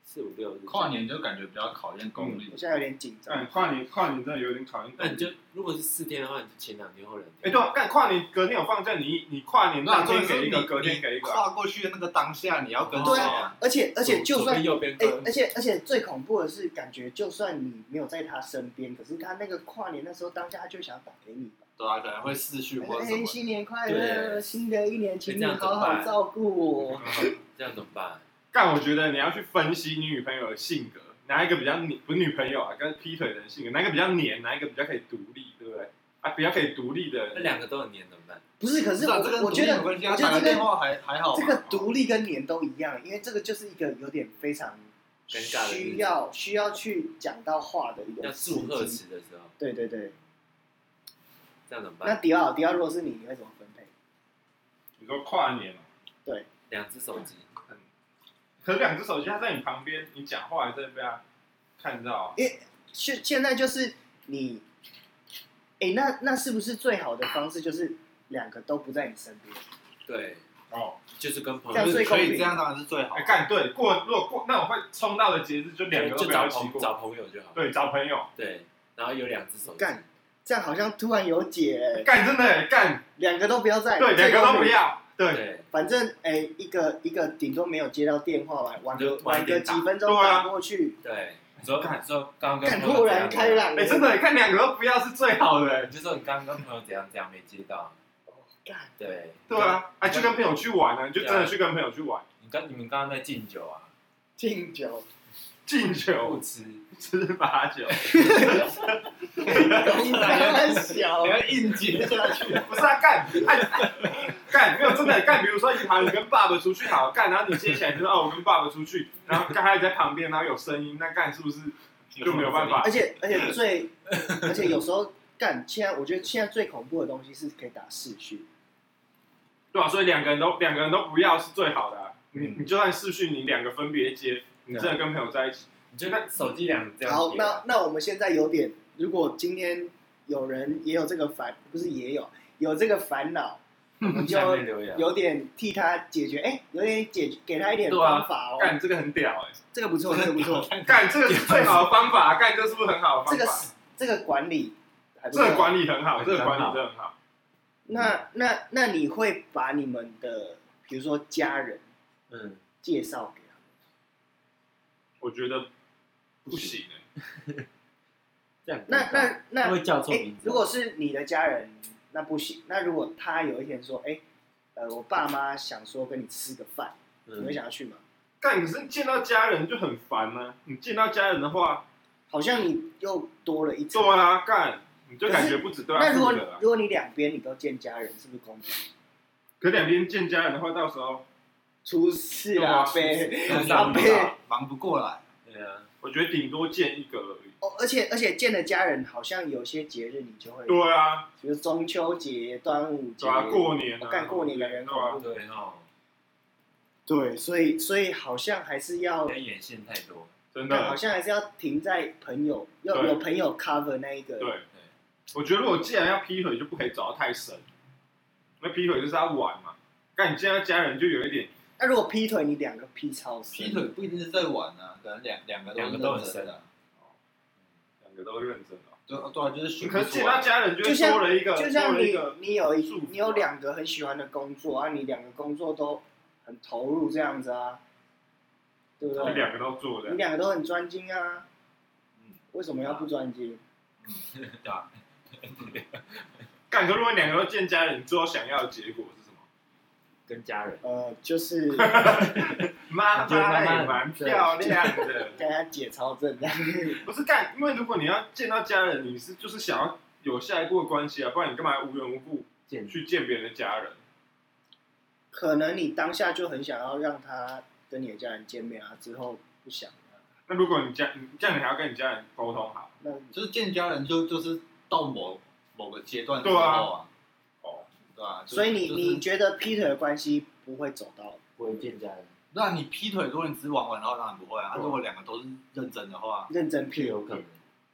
S1: 四五六日
S5: 跨年就感觉比较考验功力
S4: 嗯
S2: 我，现在有点紧张
S3: 干，。哎跨年跨年真的有点讨厌。
S1: 那哎你就如果是四天的话，你就前两天后两天。
S3: 哎，对啊，干跨年隔天有放假，你你跨年当天给一个，隔天给一个啊。
S4: 跨过去的那个当下，你要跟
S2: 对
S4: 谁
S2: 啊
S4: 啊？
S2: 而且而且就
S1: 左
S2: 算
S1: 边右边
S2: 哎、
S1: 各
S2: 而且而且最恐怖的是，感觉就算你没有在他身边，可是他那个跨年那时候当下，他就想打给你吧，
S4: 对啊，可能会失去或者
S2: 哎、
S4: 什么。
S2: 新年快乐，
S1: 对
S2: 新的一年，请
S1: 哎
S2: 你
S1: 这样怎
S2: 好
S1: 么
S2: 好
S1: 办嗯
S2: 照顾我。
S1: 这样怎么办？
S3: (laughs) 干，我觉得你要去分析你女朋友的性格，哪一个比较黏，不是女朋友啊，跟劈腿的人性格，哪一个比较黏，哪一个比较可以独立，对不对？啊，比较可以独立的
S1: 那
S3: 人，
S1: 两个都很黏怎么办？
S2: 不是，可是
S4: 不
S2: 我
S4: 啊这跟
S2: 我觉得
S4: 独立有关系啊
S2: 我觉得
S4: 打个
S2: 这个
S4: 电话还还好吧。
S2: 这个独立跟年都一样，因为这个就是一个有点非常
S1: 尴尬的日子
S2: 需要需要去讲到话的一个
S1: 要
S2: 时
S1: 祝贺
S2: 机。
S1: 词的时候，
S2: 对对对，
S1: 这样怎么
S2: 那
S1: 办？
S2: 迪奥迪奥，如果是你，你会怎么分配？
S3: 你说跨年哦，
S1: 两只手机，
S3: 可是两只手机它在你旁边，你讲话还在被它看到，
S2: 现现在就是你，哎、那那是不是最好的方式就是两个都不在你身边？
S1: 对，
S3: 哦，
S1: 就是跟朋
S2: 这样
S1: 友
S2: 最
S4: 可
S2: 公平
S4: 以这样当然是最好
S3: 哎，。干对过，如果过那我会冲到的节日就两个都
S1: 就
S3: 不
S1: 找
S3: 要一起
S1: 朋
S3: 过，
S1: 找朋友就好。
S3: 对，找朋友，
S1: 对，然后有两只手机，
S2: 干这样好像突然有解，
S3: 干真的干，
S2: 两个都不要在，
S3: 对，两个都不要，对，
S1: 对，
S2: 反正哎、一个一个顶多没有接到电话吧，晚
S1: 就
S2: 个
S1: 晚一
S2: 晚
S1: 点
S2: 个
S1: 打
S2: 几分钟
S3: 对啊
S2: 打过去，
S1: 对，你说
S3: 干
S1: 你说刚刚跟
S2: 看
S1: 朋友
S2: 豁
S1: 怎
S2: 然
S1: 样
S2: 开
S1: 怎样，
S2: 朗
S3: 哎，
S2: 欸，
S3: 真的，看两个都不要是最好的，欸
S1: 你就说你刚刚跟朋友怎样怎样没接到，
S2: 干
S1: 对，
S3: 对啊，哎，去跟朋友去玩啊，你就真的去跟朋友去玩，
S1: 你刚你们刚刚在敬酒啊，
S2: 敬酒，
S3: 敬
S1: 不
S3: 酒
S1: 吃，
S3: 吃罚酒， (laughs)
S2: 太小
S5: 你，
S3: 啊
S5: 要硬接下
S4: (laughs)
S5: 去，
S3: 不是啊，干，哎干，没有真的干，比如说一旁你跟爸爸出去好干，然后你接起来就说哦，我跟爸爸出去，然后刚才在旁边，然后有声音，那干是不是就没有办法
S2: (laughs) 而且而且最，而且有时候干，现在我觉得现在最恐怖的东西是可以打视讯，
S3: 对啊，所以两个人都两个人都不要是最好的啊、你你就算视讯，你两个分别接，你真的跟朋友在一起，
S1: 你就那手机两个
S3: 啊
S1: 这样
S2: 好，
S1: 接
S2: 那那我们现在有点，如果今天有人也有这个烦，不是也有有这个烦
S3: (laughs)
S2: 恼，我们就
S1: 下面留言，啊
S2: 有点替他解决，哎、有点解决给他一点
S3: 对啊
S2: 方法哦，
S3: 干这个很屌哎、
S2: 这个不错，这个不错，
S3: 干这个是最好的方法、啊干这是不是很好的
S2: 这
S3: 方
S2: 个
S3: 法？
S2: 是这个管理还不
S3: 这个
S2: 错。
S3: 管理很好，这个管理真的很好。
S2: 那那那你会把你们的，比如说家人
S1: 嗯，
S2: 介绍给他
S3: 我觉得不行哎、
S1: 这样
S2: 们？那那那
S1: 会，叫错
S2: 哎
S1: 名，字，
S2: 如果是你的家人，那不行。那如果他有一天说，哎、呃，我爸妈想说跟你吃个饭，你会
S1: 嗯
S2: 想要去吗？
S3: 干可是见到家人就很烦呢、你见到家人的话，
S2: 好像你又多了一层。
S3: 对啊，干你就感觉不止对他
S2: 那如
S3: 负
S2: 果
S3: 责啊。
S2: 如果你两边你都见家人，是不是公平？
S3: 可两边见家人的话，到时候
S2: 出事
S3: 对
S2: 啊
S3: 啊，
S2: 呗！
S1: 跟
S2: 阿
S1: 上
S2: 伯
S1: 面
S4: 忙不过来，
S1: 对啊，
S3: 我觉得顶多见一个而已。
S2: (laughs) 哦，而且而且见了家人，好像有些节日你就会，
S3: 对啊，
S2: 比如中秋节、端午节
S3: 对啊，过年啊，
S2: 哦干过年的人
S3: 对啊
S2: 恐，怖
S1: 对哦，
S2: 对，所以所以好像还是要
S1: 你的，眼线太多，
S3: 真的
S2: 但好像还是要停在朋友，要
S3: 对
S2: 有朋友 cover 那一个。
S3: 对，我觉得如果既然要劈腿，就不可以找到太深。那劈腿就是要玩嘛，但你见到家人就有一点，
S2: 那如果劈腿，你两个劈超深
S5: 劈，腿不一定是在玩啊，可能两两个
S1: 两个
S5: 是
S1: 都很
S5: 认真的，
S3: 两个都认真了。
S5: 对对啊，就是
S2: 嗯
S5: 学
S3: 可
S5: 不
S3: 是见
S5: 出
S3: 到
S5: 来。
S3: 家人就
S2: 就
S3: 会
S2: 像
S3: 多了一个，
S2: 就
S3: 多
S2: 像
S3: 了一
S2: 你
S3: 个，
S2: 你有
S3: 束缚
S2: 一
S3: 啊
S2: 你有两个很喜欢的工作啊，你两个工作都很投入这样子啊，对不
S3: 你
S2: 对？
S3: 两个都做
S2: 你
S3: 的，
S2: 两个都很专精啊
S4: 嗯，
S2: 为什么要不专精？
S1: 对啊，
S3: 干。可如果你两个都见家人，最后想要的结果是什么？
S1: 跟家人，
S2: 呃，
S3: (laughs)
S2: 就是
S3: 妈
S1: 就
S3: 妈
S1: 慢慢
S3: 也蛮漂亮的，
S2: 跟他解超正这样。
S3: 不是干。因为如果你要见到家人，你是就是想要有下一步的关系啊，不然你干嘛无缘无故
S1: 见
S3: 去见别人的家人？
S2: 可能你当下就很想要让他跟你的家人见面啊，之后不想了、
S3: 那如果你家，你这样你还要跟你家人沟通好，
S2: 那
S5: 就是见家人就就是到某某个阶段之
S3: 对
S5: 后
S3: 啊
S5: 啊，
S3: 哦，
S5: 对啊，就
S2: 所以你
S5: 就是
S2: 你觉得劈腿的关系不会走到
S1: 不会见家人，
S5: 那你劈腿，如果你只是玩玩的话，当然不会啊。啊
S3: 对啊
S5: 如果两个都是认真的
S2: (laughs)
S5: 话，
S2: 认真
S1: 是
S2: 劈
S1: 有可能，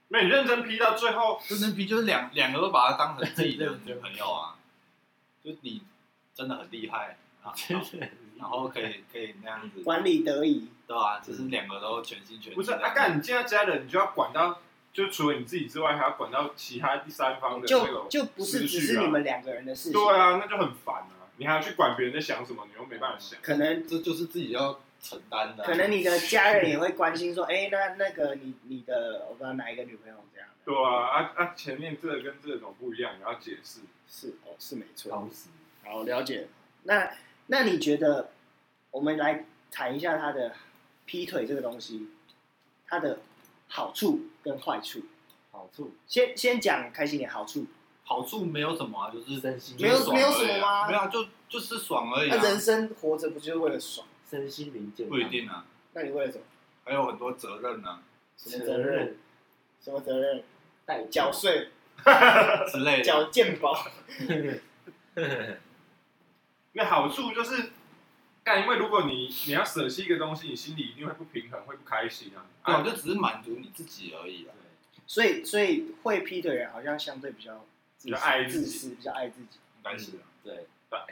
S3: 没有你认真劈到最后，
S5: 认真劈就是两两个都把他当成自己的女朋友啊。就你真的很厉害，然后然后可以可以那样子，
S2: 管理得宜，
S5: 对吧、就是两个都全心全意。
S3: 不是啊，干你见到家人，你就要管到，就除了你自己之外，还要管到其他第三方的那
S2: 就
S3: 种。
S2: 就不是
S3: 思
S2: 只
S3: 绪啊
S2: 是你们两个人的事情，
S3: 对啊，那就很烦啊！你还要去管别人在想什么，你又没办法想。
S2: 可能
S5: 这就是自己要承担的啊、
S2: 可能你的家人也会关心说，哎、那那个你你的我不知道哪一个女朋友这样的，
S3: 对啊，啊啊，前面这个跟这种不一样，你要解释。
S2: 是哦是没错，
S1: 老死，
S2: 好了解。那那你觉得我们来谈一下他的劈腿这个东西，它的好处跟坏处。
S1: 好处
S2: 先先讲开心点好处，
S5: 好处没有什么啊，就是
S1: 身心
S2: 没有
S5: 就是爽
S2: 没有
S5: 而已啊
S2: 什么吗
S5: 没有啊，就就是爽而已、
S2: 那、
S5: 啊。
S2: 人生活着不就是为了爽？
S1: 身心灵健康，
S5: 不一定啊，
S2: 那你为了什么？
S5: 还有很多责任啊
S2: 什么责任？什么责任？
S1: 代表
S2: 缴税、
S5: 之类的。
S2: 缴健保，
S3: 那好处就是，干，因为如果你你要舍弃一个东西，你心里一定会不平衡，会不开心啊。
S5: 对啊，
S3: 啊，
S5: 就只是满足你自己而已啊。
S2: 所以所以会劈腿的人好像相对比较自
S3: 比较爱自
S2: 自
S3: 己
S2: 私，比较爱自己。
S5: 应该是啊。
S1: (laughs)
S2: (laughs)
S1: 对，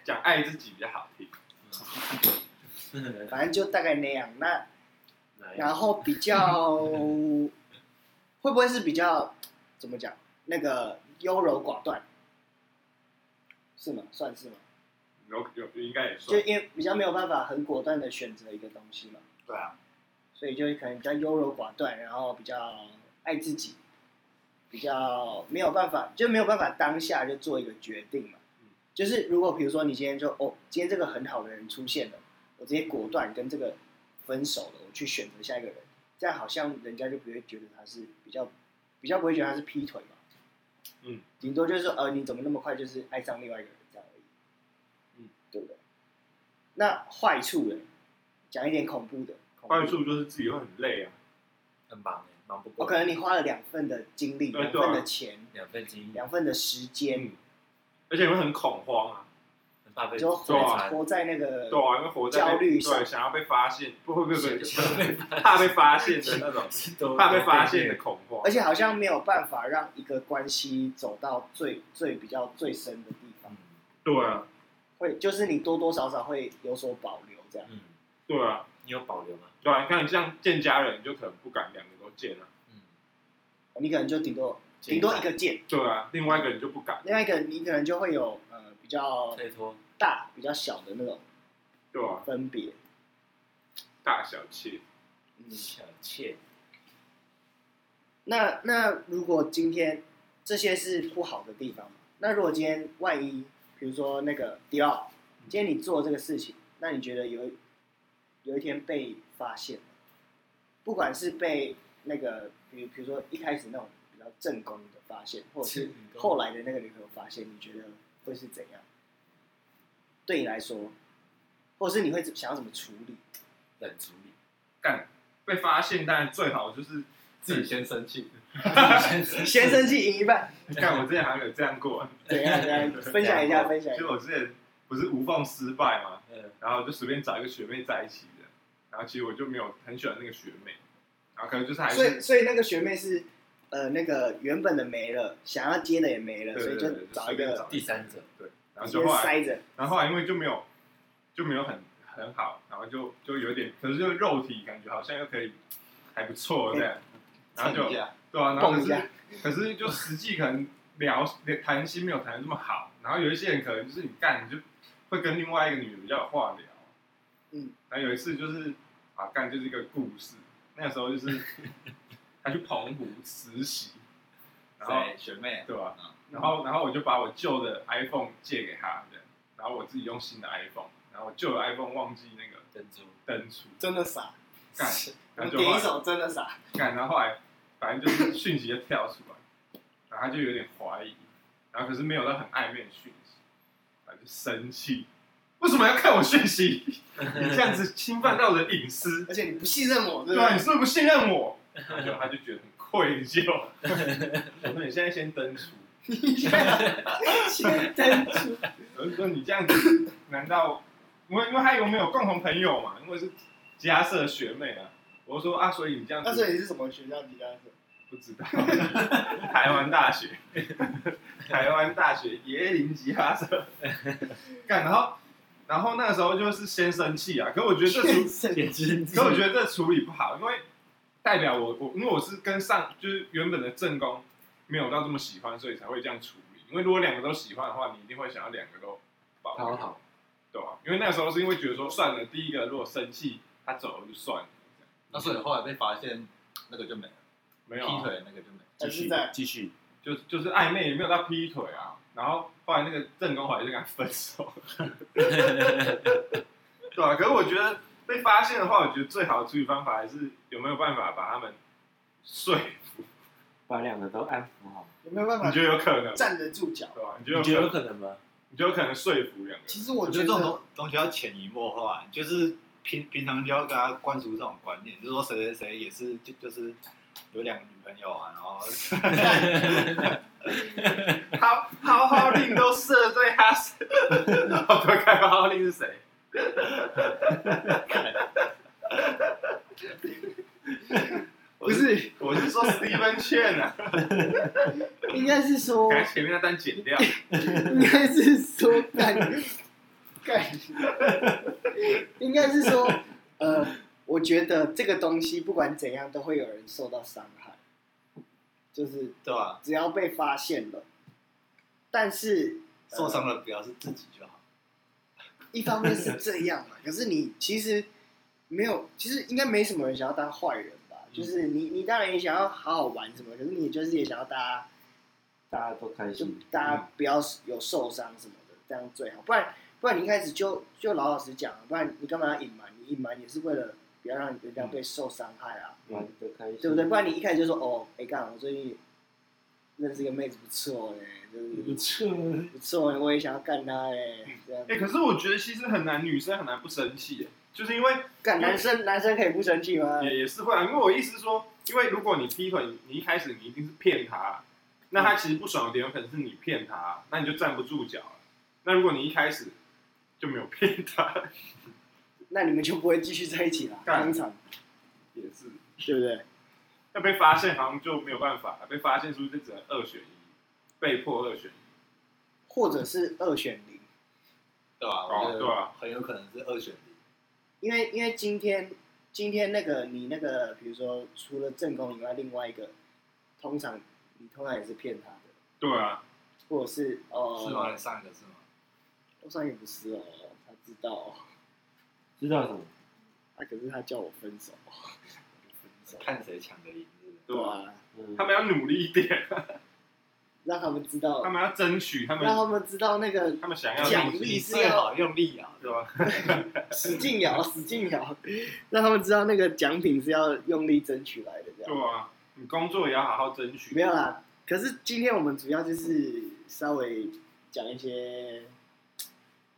S3: 讲爱自己比较好听。
S1: (laughs)
S2: 反正就大概那样。那
S1: 哪一个
S2: 然后比较 (laughs) 会不会是比较怎么讲？那个优柔寡断是吗？算是吗？
S3: 有有应该也
S2: 就
S3: 算。
S2: 因为比较没有办法很果断的选择一个东西嘛，
S4: 对啊，
S2: 所以就可能比较优柔寡断，然后比较爱自己，比较没有办法，就没有办法当下就做一个决定嘛
S3: 嗯。
S2: 就是如果比如说你今天就哦，今天这个很好的人出现了，我直接果断跟这个分手了，我去选择下一个人，这样好像人家就不会觉得他是比较比较不会觉得他是劈腿嘛。
S3: 嗯，
S2: 顶多就是说呃你怎么那么快就是爱上另外一个人这样而已。
S3: 嗯，
S2: 对不对？那坏处呢？讲一点恐怖的，恐怖的
S3: 坏处就是自己会很累啊，
S1: 很忙欸忙不
S2: 我、
S1: 过
S2: 哦可
S1: 来，
S2: 能你花了两份的精力、
S3: 对
S2: 两
S3: 对啊
S2: 份的钱、
S1: 两份精力，
S2: 两份的时间，
S3: 嗯，而且会很恐慌啊，
S1: 很怕被
S2: 就
S1: 摧残，
S2: 活在那个
S3: 对啊，因为活在那
S2: 焦虑上
S3: 对，想要被发现，不会不会不会，
S1: 想被
S3: (laughs) 怕被发现的那种，
S1: (laughs) 是都
S3: 怕被发现的，恐慌
S2: 而。且好像没有办法让一个关系走到最最比较最深的地方，
S1: 嗯
S3: 对啊，
S2: 会就是你多多少少会有所保留这样。
S1: 嗯，
S3: 对啊，
S1: 你有保留吗？
S3: 对啊，你看你像见家人，你就可能不敢两个都见啊。
S1: 嗯，
S2: 你可能就顶多
S1: 见
S2: 顶多一个见，
S3: 对啊，另外一个人就不敢。
S2: 另外一个你可能就会有呃比较
S1: 推脱，
S2: 大、比较小的那种
S3: 对啊，
S2: 分别。
S3: 大小气。
S2: 嗯，
S1: 小妾，
S2: 那那如果今天这些是不好的地方嘛，那如果今天万一，比如说那个迪奥，今天你做这个事情，那你觉得有有一天被发现了，不管是被那个，比如比如说一开始那种比较正宫的发现，或者是
S1: 正宫
S2: 后来的那个女朋友发现，你觉得会是怎样？对你来说，或者是你会想要怎么处
S1: (laughs)
S2: 理？
S1: 冷处理，
S3: 被发现当然最好
S2: (laughs)
S3: 就是
S5: 自己先生气，
S2: 先生气赢一半，
S3: 你看我之前好像有这样过，
S2: 怎样怎样？啊分享
S1: (laughs)
S2: 一下，
S1: 啊
S2: 分享一
S3: 就
S2: 下。
S3: 我之前不是无缝失败嘛，
S1: 嗯，
S3: 然后就随便找一个学妹在一起的，然后其实我就没有很喜欢那个学妹，然后可能就是还
S2: 所以
S3: 是
S2: 所以那个学妹是呃那个原本的没了，想要接的也没了，
S3: 对
S2: 所以
S3: 对对
S2: 就
S3: 就
S2: 找一
S3: 随便
S2: 个
S3: 找
S1: 第三者，
S3: 对，然后
S2: 直
S3: 就
S2: 接
S3: 后来，
S2: 塞着，
S3: 然后后来因为就没有就没有很很好，然后就就有点，可是就肉体感觉好像又可以还不错这样，然后就
S4: 蹭一下
S3: 对啊，然后可
S2: 蹦一下
S3: 是可是就实际可能聊谈心没有谈的这么好，然后有一些人可能就是你干你就会跟另外一个女的比较有话聊，
S2: 嗯，
S3: 然后有一次就是啊干就是一个故事，那个时候就是他去澎湖实习，然后
S4: 谁学妹啊，
S3: 对吧、
S4: 嗯
S3: 然后然后我就把我旧的 iPhone 借给他的，然后我自己用新的 iPhone，然后我旧的 iPhone 忘记那个
S1: 珍珠，
S3: 登出，
S2: 真的傻。
S3: 干，
S2: 我
S3: 然
S2: 们
S3: 后就后
S2: 点一
S3: 来
S2: 首真的傻，
S3: 看，然后后来反正就是讯息就跳出来，然后他就有点怀疑，然后可是没有到很暧昧的讯息，然后就生气，为什么要看我讯息？你这样子侵犯到我的隐私， (laughs)
S2: 而且你不信任我，对
S3: 对
S2: 不
S3: 吧？你
S2: 对？
S3: 是不是不信任我？然后就他就觉得很愧疚， (laughs) 我说你现在先登出，
S2: 真出
S3: 我就说你这样子，难道因为因为他有没有共同朋友嘛？因为是家社学妹啊，我就说啊，所以你 (laughs) 这样
S2: 那所以
S3: 子
S2: 你是什么学校底下是？
S3: 不知道， (laughs) 台湾大学， (laughs) 台湾大学椰林吉他社， (laughs) 干，然后然后那个时候就是先生气啊，可我觉
S2: (laughs)
S3: 得这处，
S1: 也是，
S3: 可我觉得这处理不好，因为代表我我因为我是跟上就是原本的正宫没有到这么喜欢，所以才会这样处理，因为如果两个都喜欢的话，你一定会想要两个都保留
S1: 讨好，
S3: 对吧、因为那时候是因为觉得说算了，第一个如果生气他走了就算了，
S4: 那所以后来被发现那个就没了，
S3: 没有、
S4: 劈
S3: 啊、
S4: 腿那个就没了。
S1: 继
S2: 还是
S1: 续
S2: 在
S1: 继续，
S3: 就就是暧昧也没有到劈腿啊。然后后来那个正宫怀就跟他分手， (laughs) 对啊，可是我觉得被发现的话，我觉得最好的处理方法还是有没有办法把他们睡服？
S1: 把两个都安抚好，
S2: 有没有办
S3: 你
S2: 法
S3: 觉得有可能吗？
S2: 站得住脚？
S3: 对吧、啊你觉得
S1: 你
S3: 有
S1: 觉
S3: 可
S1: 得有
S3: 能？
S1: 可能吗？
S3: 你觉得有可能说服两个人？
S2: 其实我
S4: 我觉得这种
S2: 得
S4: 东东西要潜移默化，就是平平常就要跟他灌输这种观念，就是说谁谁谁也是就就是有两个女朋友啊，
S3: (laughs)
S4: 然后
S3: 好好好令都射对他
S4: (laughs)
S3: 身，我不要看好好令是谁？
S2: 不是，
S3: 我是说 Steven Chen 啊，
S2: (laughs) 应该是说，
S3: 把前面那单剪掉。
S2: (laughs) 应该是说干干，应该是说呃，我觉得这个东西不管怎样都会有人受到伤害，就是
S4: 对吧？
S2: 只要被发现了，但是
S4: 受伤的不要是自己就好，
S2: 一方面是这样嘛，可是你其实没有，其实应该没什么人想要当坏人吧？就是你你当然也想要好好玩什么，可是你就是也想要大家。
S1: 大家都开
S2: 就
S1: 心。
S2: 大家不要有受伤什么的，这样最好。不然不然你一开始就就老老实讲，啊不然你干嘛要隐瞒？你隐瞒也是为了不要让人家被受伤害啊，
S1: 玩的开心，
S2: 对不对？不然你一开始就说哦，哎、干，我最近认识一个妹子不错呢、就是
S1: 不错？
S2: 不错、欸，我也想要干她哎、这样
S3: 哎、可是我觉得其实很难，女生很难不生气耶，就是因为
S2: 干男生男生可以不生气吗？
S3: 也也是会啊，因为我意思是说，因为如果你劈腿，你一开始你一定是骗他，那他其实不爽的点有可能是你骗他，那你就站不住脚了。那如果你一开始就没有骗他，
S2: 那你们就不会继续在一起了，
S3: 干
S2: 当场
S3: 也是
S2: 对不对？
S3: 要被发现，好像就没有办法，被发现是不是就只能二选一，被迫二选一？
S2: 或者是二选零。
S4: 对吧？我
S3: 哦，
S4: 觉
S3: 对
S4: 得
S3: 啊，
S4: 很有可能是二选零。
S2: 因为因为今天今天那个你那个，比如说除了正宫以外，另外一个，通常你通常也是骗他的，
S3: 对啊，
S2: 或者是哦，
S4: 是吗？上一个是吗？
S2: 我上也不是哦，他知道、哦，
S1: 知道什么？
S2: 他、可是他叫我分手， (laughs) 分手，
S4: 看谁抢得赢，是不是？
S3: 对啊，
S2: 啊，
S1: 嗯
S3: 他们要努力一点，
S2: 让他们知道
S3: 他，们要争取，他
S2: 让
S3: 们
S2: 他们知道那个
S3: 他们想要的
S2: 哦奖
S3: 东
S2: 励
S3: 西
S2: 是
S4: 最
S2: 要
S4: 好用力啊，
S3: 对吧？
S2: 使劲咬，使劲咬， (laughs) 让他们知道那个奖品是要用力争取来的，这样
S3: 对啊，你工作也要好好争取。
S2: 没有啦。可是今天我们主要就是稍微讲一些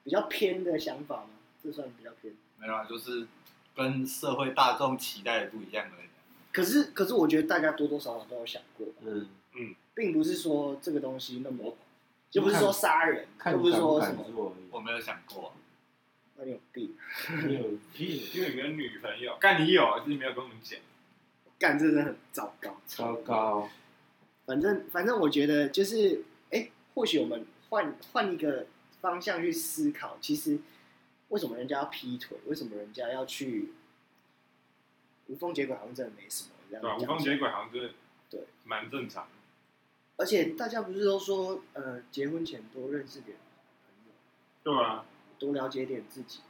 S2: 比较偏的想法嘛，这算比较偏。
S4: 没有啊，就是跟社会大众期待的不一样而已啊。
S2: 可是，可是我觉得大家多多少少都有想过，
S1: 嗯，
S2: 并不是说这个东西那么，又不是说杀人，
S1: 看
S2: 又不
S1: 你
S2: 是
S1: 敢
S2: 说什
S1: 敢
S2: 么，
S1: 做
S4: 我没有想过，啊
S2: 那你有病，
S1: 而已，没有屁，
S3: 因为没有女朋友，干你有，啊只是没有跟我们讲。
S2: 干这真的很糟糕。
S1: 糟糕，
S2: 反正反正我觉得就是，哎，或许我们换换一个方向去思考，其实为什么人家要劈腿，为什么人家要去无缝接轨，好像真的没什么这样
S3: 对吧？啊
S2: 讲起来。
S3: 无缝接轨好像就是
S2: 对，
S3: 蛮正常的。
S2: 而且大家不是都说，呃，结婚前多认识点朋友，
S3: 对啊，
S2: 多了解点自己，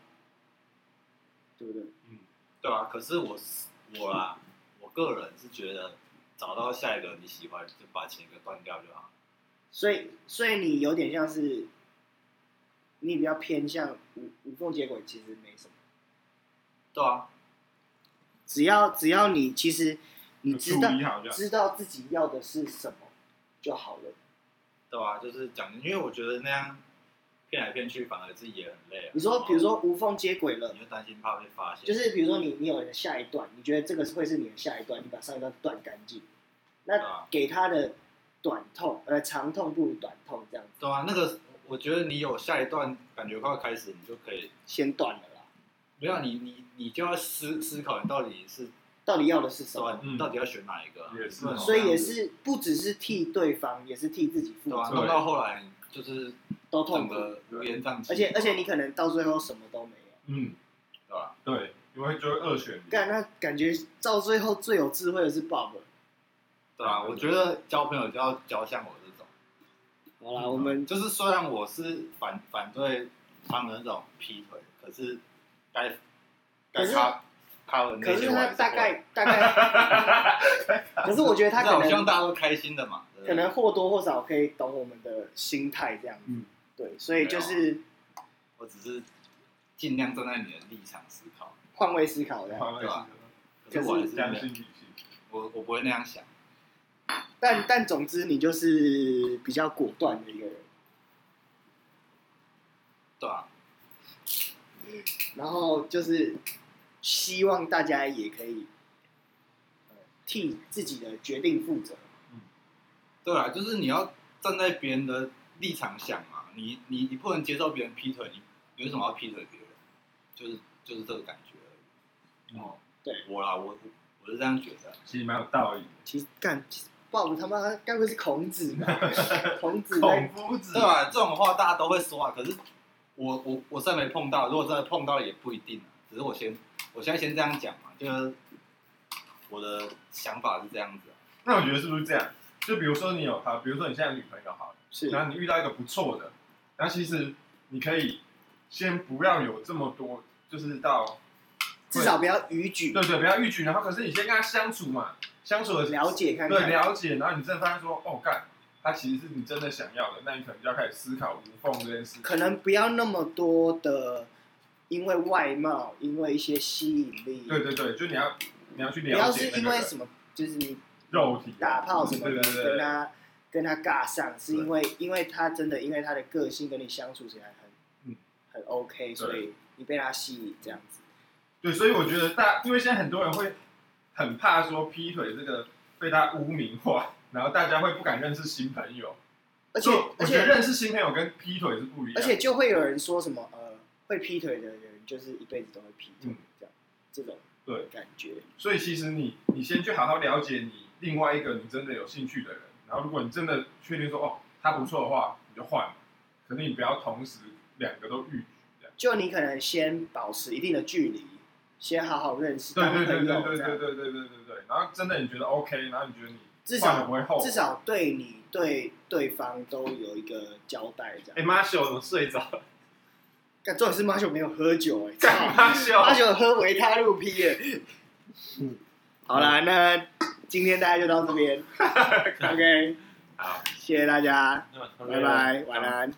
S2: 对不对？
S3: 嗯，
S4: 对吧、可是我是我
S3: (laughs)
S4: 啦，我个人是觉得找到下一个你喜欢，就把前一个断掉就好了。
S2: 所以，所以你有点像是，你比较偏向无无缝接轨，其实没什么。
S4: 对啊，
S2: 只要只要你其实你知道
S3: 处理好就好
S2: 知道自己要的是什么就好了。
S4: 对啊，就是讲，因为我觉得那样骗来骗去，反而自己也很累、啊。
S2: 你说，比如，说无缝接轨了
S4: 你，就担心怕被发现，
S2: 就是比如说你你有下一段，你觉得这个会是你的下一段，你把上一段断干净，那
S4: 啊
S2: 给他的短痛呃长痛不如短痛这样子，
S4: 对啊，那个我觉得你有下一段感觉快要开始，你就可以
S2: 先断了啦。
S4: 没有你你你就要思思考，你到底是
S2: 到底要的是什
S4: 到
S2: 么？
S4: 底到底要选哪一个啊、
S3: 嗯也是哦
S4: 不能
S2: 所以
S4: 这
S2: 也
S4: 样子
S2: 是不只是替对方，也是替自己负
S4: 对啊，
S2: 责，
S4: 弄到后来就是
S2: 都痛
S4: 整
S2: 苦。
S4: 个乌烟瘴气，
S2: 而且而且你可能到最后什么都没有，
S3: 嗯，
S4: 对啊吧？
S3: 对，因为就会二选一。
S2: 干那感觉到最后最有智慧的是 Bob。
S4: 对啊，我觉得交朋友就要交像我这种，
S2: 好啦，我们
S4: 就是虽然我是反反对他们那种劈腿，可是该该
S2: 可是
S4: 他他们
S2: 可
S4: 那
S2: 是
S4: 些我还
S2: 他
S4: 是
S2: 大
S4: 会
S2: 概大概，可是我觉得他
S4: 至少
S2: 可
S4: 我希望
S2: 能
S4: 大家都开心的嘛，对不
S2: 可
S4: 对
S2: 能或多或少可以懂我们的心态这样子。
S1: 嗯
S2: 对，所以就是
S4: 我只是尽量站在你的立场思考，
S2: 换位思考这样。
S3: 对吧？
S4: 可是我还是没
S3: 相
S4: 有
S3: 信女性，
S4: 我我不会那样想，
S2: 但但总之，你就是比较果断的一个人。
S4: 对啊，
S2: 然后就是希望大家也可以、呃替自己的决定负责。
S4: 对啊，就是你要站在别人的立场想嘛，你你你不能接受别人劈腿，你你为什么要劈腿别人？就是就是这个感觉而已。
S3: 嗯
S4: 哦，
S2: 对
S4: 我啦，我我是这样觉得，
S3: 其实蛮有道理。
S2: 其实干，Bob 他妈该不会是孔子吧？孔子
S3: 孔
S2: 在
S3: 夫子
S4: 对吧？这种话大家都会说啊，可是我我我再没碰到，如果真的碰到了也不一定啊。只是我先我现在先这样讲嘛，就是我的想法是这样子啊、
S3: 那我觉得是不是这样？就比如说你有好，
S2: 嗯
S3: 比如说你现在有女朋友好了，
S2: 是
S3: 然后你遇到一个不错的，然后其实你可以先不要有这么多，就是到
S2: 至少不要逾矩，
S3: 对对，不要逾矩。然后可是你先跟他相处嘛，相处的
S2: 了解看
S3: 对
S2: 看。
S3: 了解，然后你真的发现说，哦干，他其实是你真的想要的，那你可能就要开始思考无缝这件事。
S2: 可能不要那么多的，因为外貌，因为一些吸引力，
S3: 对对对，就你要你要去
S2: 不要
S3: 了
S2: 是
S3: 解那
S2: 因
S3: 个
S2: 为
S3: 人
S2: 什么，就是你
S3: 肉体
S2: 打炮什么
S3: 对
S2: 的，
S3: 对
S2: 跟
S3: 对，
S2: 他跟他尬上，是因为因为他真的因为他的个性跟你相处起来很、
S3: 嗯
S2: 很 OK，所以你被他吸引这样子。
S3: 对，所以我觉得大，因为现在很多人会很怕说劈腿这个被他污名化，然后大家会不敢认识新朋友。
S2: 而且
S3: 所以我
S2: 而
S3: 觉得
S2: 且
S3: 认识新朋友跟劈腿是不一样。
S2: 而且就会有人说什么呃，会劈腿的人就是一辈子都会劈腿、
S3: 嗯
S2: 这样这种
S3: 对
S2: 感觉。
S3: 所以其实你你先去好好了解你另外一个你真的有兴趣的人，然后如果你真的确定说哦他不错的话，你就换嘛。可是你不要同时两个都遇。
S2: 就你可能先保持一定的距离，先好好认识
S3: 对
S2: 当
S3: 对对
S2: 朋
S3: 对
S2: 友
S3: 对
S2: 这
S3: 对
S2: 样
S3: 对。对对对对对。然后真的你觉得 OK，然后你觉得你
S2: 至
S3: 换了
S2: 少
S3: 不会后悔。
S2: 至少对你对对方都有一个交代，这
S4: 哎
S2: 样。
S4: 妈秀，我睡着了，
S2: 但重点是马修没有喝酒、哎，
S4: 干
S2: 操，
S4: 妈秀，
S2: 马修喝维他露 P 耶。好啦，那今天大家就
S4: (laughs)
S2: 到这边，OK，
S4: 好，
S2: 谢谢大家，
S1: 那晚上
S2: 拜拜，晚安。